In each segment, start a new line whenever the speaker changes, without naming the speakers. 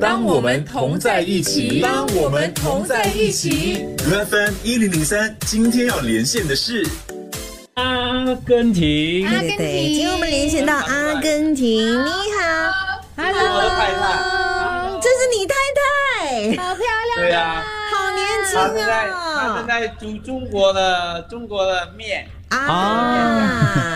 当我们同在一起，
当我们同在一起。
FM 一零零三，今天要连线的是
阿根廷，
阿
对
根
对对，今
廷，
天我们连线到阿根廷，你好，
，Hello，
这是你太太，
好漂亮，
对啊，
好年轻啊
他正在他正
哦，
在煮中国的中国的面
啊。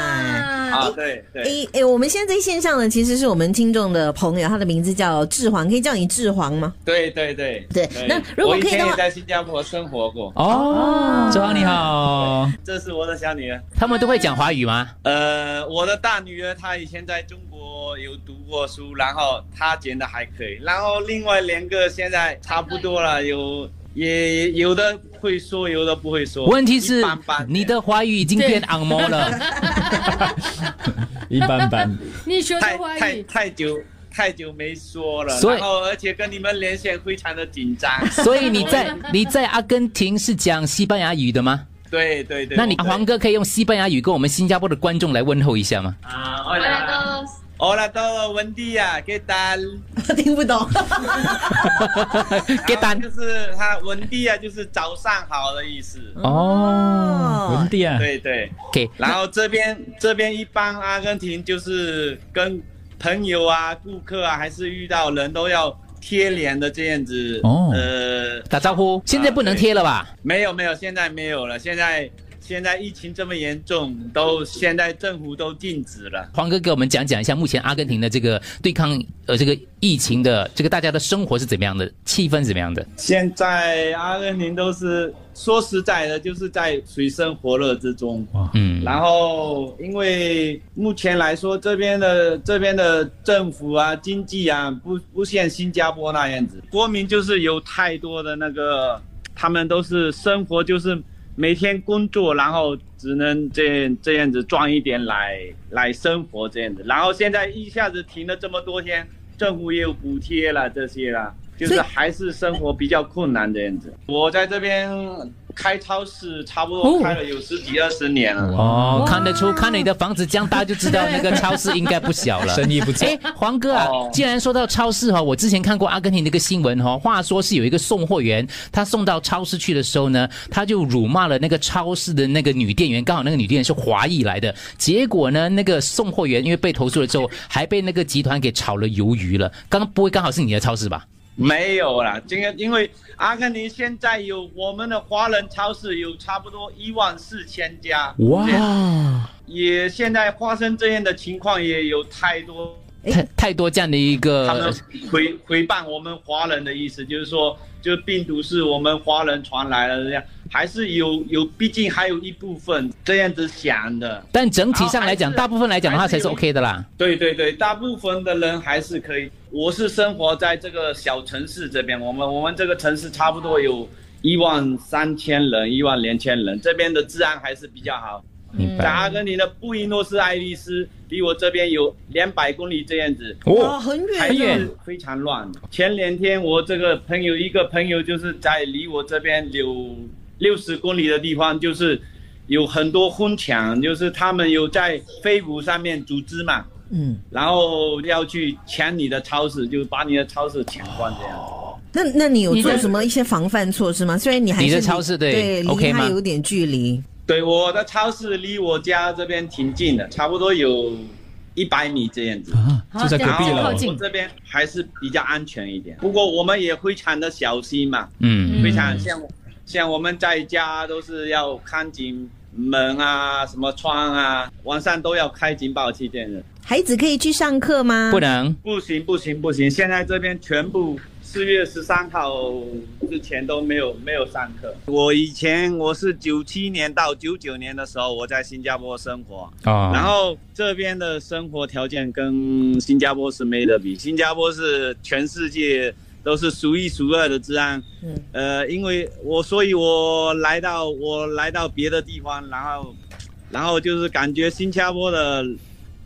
啊，对对，
诶诶，我们现在在线上呢，其实是我们听众的朋友，他的名字叫志煌，可以叫你志煌吗？
对对对
对那如果
我以
可以的
前
话
也在新加坡生活过，
哦，周王你好，
这是我的小女儿。
他们都会讲华语吗？
呃，我的大女儿她以前在中国有读过书，然后她觉得还可以，然后另外两个现在差不多了，有也有的会说，有的不会说。
问题是
一般般
你的华语已经变昂摩了，
一般般。
你学
太
的华
太
语，
太久太久没说了，
所以
然后而且跟你们连线非常的紧张。
所以你在你在阿根廷是讲西班牙语的吗？
对对对，
那你啊
我
黄哥可以用西班牙语跟我们新加坡的观众来问候一 下吗？
啊，Hola Hola todo buen día，¿qué tal？
听不懂，
给单
然后就是他 buen día 就是早上好的意思。
嗯
哦，文弟啊，
对对，
给，
然后这边这边一般阿根廷就是跟朋友啊、顾客啊，还是遇到人都要贴脸的这样子。
哦
呃，
打招呼，现在不
啊
能贴了吧？
没有没有，现在没有了，现在。现在疫情这么严重，都现在政府都禁止了。
黄哥给我们讲讲一下目前阿根廷的这个对抗呃这个疫情的这个大家的生活是怎么样的，气氛是怎么样的？
现在阿根廷都是说实在的，就是在水深火热之中。
嗯，
然后，因为目前来说，这边的这边的政府啊、经济啊，不不像新加坡那样子，国民就是有太多的那个，他们都是生活就是每天工作，然后只能这样这样子赚一点来来生活这样子。然后现在一下子停了这么多天，政府也有补贴了这些了。就
所以
是还是生活比较困难这样子。我在这边开超市，差不多开了有十几二十年了。
哦，看得出，看了你的房子这样大，就知道那个超市应该不小了。
生意不错。
哎，黄哥啊
哦，
既然说到超市哈、我之前看过阿根廷的一个新闻哈、话说是有一个送货员，他送到超市去的时候呢，他就辱骂了那个超市的那个女店员，刚好那个女店员是华裔来的，结果呢，那个送货员因为被投诉了之后，还被那个集团给炒了鱿鱼了。刚不会刚好是你的超市吧？
没有啦，这个因为阿根廷现在有我们的华人超市有差不多一万四千家，
哇，
也现在发生这样的情况也有太多，
太太多这样的一
他们
个
回回谤我们华人的意思，就是说，就病毒是我们华人传来的这样，还是有有，毕竟还有一部分这样子想的。
但整体上来讲，
还是
大部分来讲的话才是
还是有
OK 的啦。
对对对，大部分的人还是可以。我是生活在这个小城市这边，我们我们这个城市差不多有一万三千人，一万两千人，这边的治安还是比较好。
明
在阿根廷的布宜诺斯艾利斯，离我这边有两百公里这样子，
哦，很
还
远
是非常乱。前两天我这个朋友一个朋友就是在离我这边有六十公里的地方，就是有很多哄抢，就是他们有在 Facebook 上面组织嘛，
嗯，
然后要去抢你的超市，就把你的超市抢光这样。
那那你有
你
做
的
什么一些防范措施吗？虽然你还是
你的超市对
对离
OK
它
吗
有点距离，
对，我的超市离我家这边挺近的，差不多有一百米这样子。
啊，就在隔
然
壁
后
了
靠
我
近
这边还是比较安全一点，不过我们也非常的小心嘛。
嗯，
非常像像我们在家都是要看紧门啊、什么窗啊，晚上都要开警报器这样的。
孩子可以去上课吗？
不能。
不行不行不行，现在这边全部四月十三号之前都没有没有上课。我以前我是九七年到九九年的时候，我在新加坡生活，
啊
哦
然后这边的生活条件跟新加坡是没得比，新加坡是全世界都是数一数二的治安。
嗯，
呃，因为我所以，我来到我来到别的地方，然后，然后就是感觉新加坡的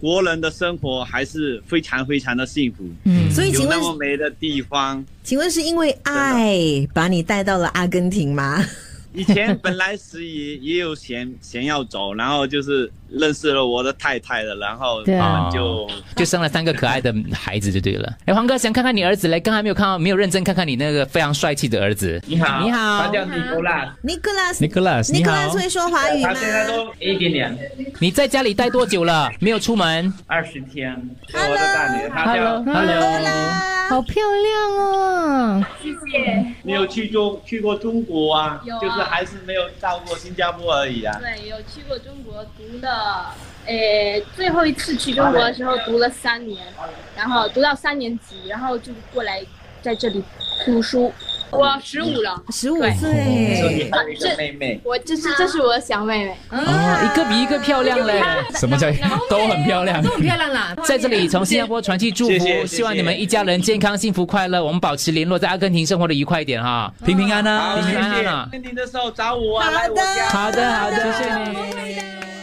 国人的生活还是非常非常的幸福，
嗯，所以
有
请
那
问
么美的地方。
请问是因为爱把你带到了阿根廷吗？
以前本来是也也有想 想要走，然后就是认识了我的太太了，然后
对
他们就
啊
就生了三个可爱的孩子就对了。哎，黄哥想看看你儿子嘞，刚才没有看到，没有认真看看你那个非常帅气的儿子。
你好，
你好
他叫尼古拉，
Nicholas，
Nicholas，你好
Nicholas 会说华语吗
他？现在都一点点，
你在家里待多久了？没有出门。
二十天，是我的大女儿，她叫
Hello，Hello，
好漂亮哦！
没有去中去过中国啊，
有啊
就是还是没有到过新加坡而已啊。
对，有去过中国读了，诶，最后一次去中国的时候读了三年，然后读到三年级，然后就过来在这里读书。我十五了，
十五
对啊
说你
岁，
还有一个妹妹，
我这是这是我的小妹妹，
哦，一个比一个漂亮嘞，
什么叫都很漂亮
都？很漂亮啦，
在这里从新加坡传去祝
谢谢谢
福，
谢
希望你们一家人健康、幸福、快乐。我们保持联络，在阿根廷生活的愉快一点哈，平平安安，
好，
平
谢
平安安
谢。
啊。
认定的时候找我啊，来
好
我
的
家。
好的，好的，谢谢你。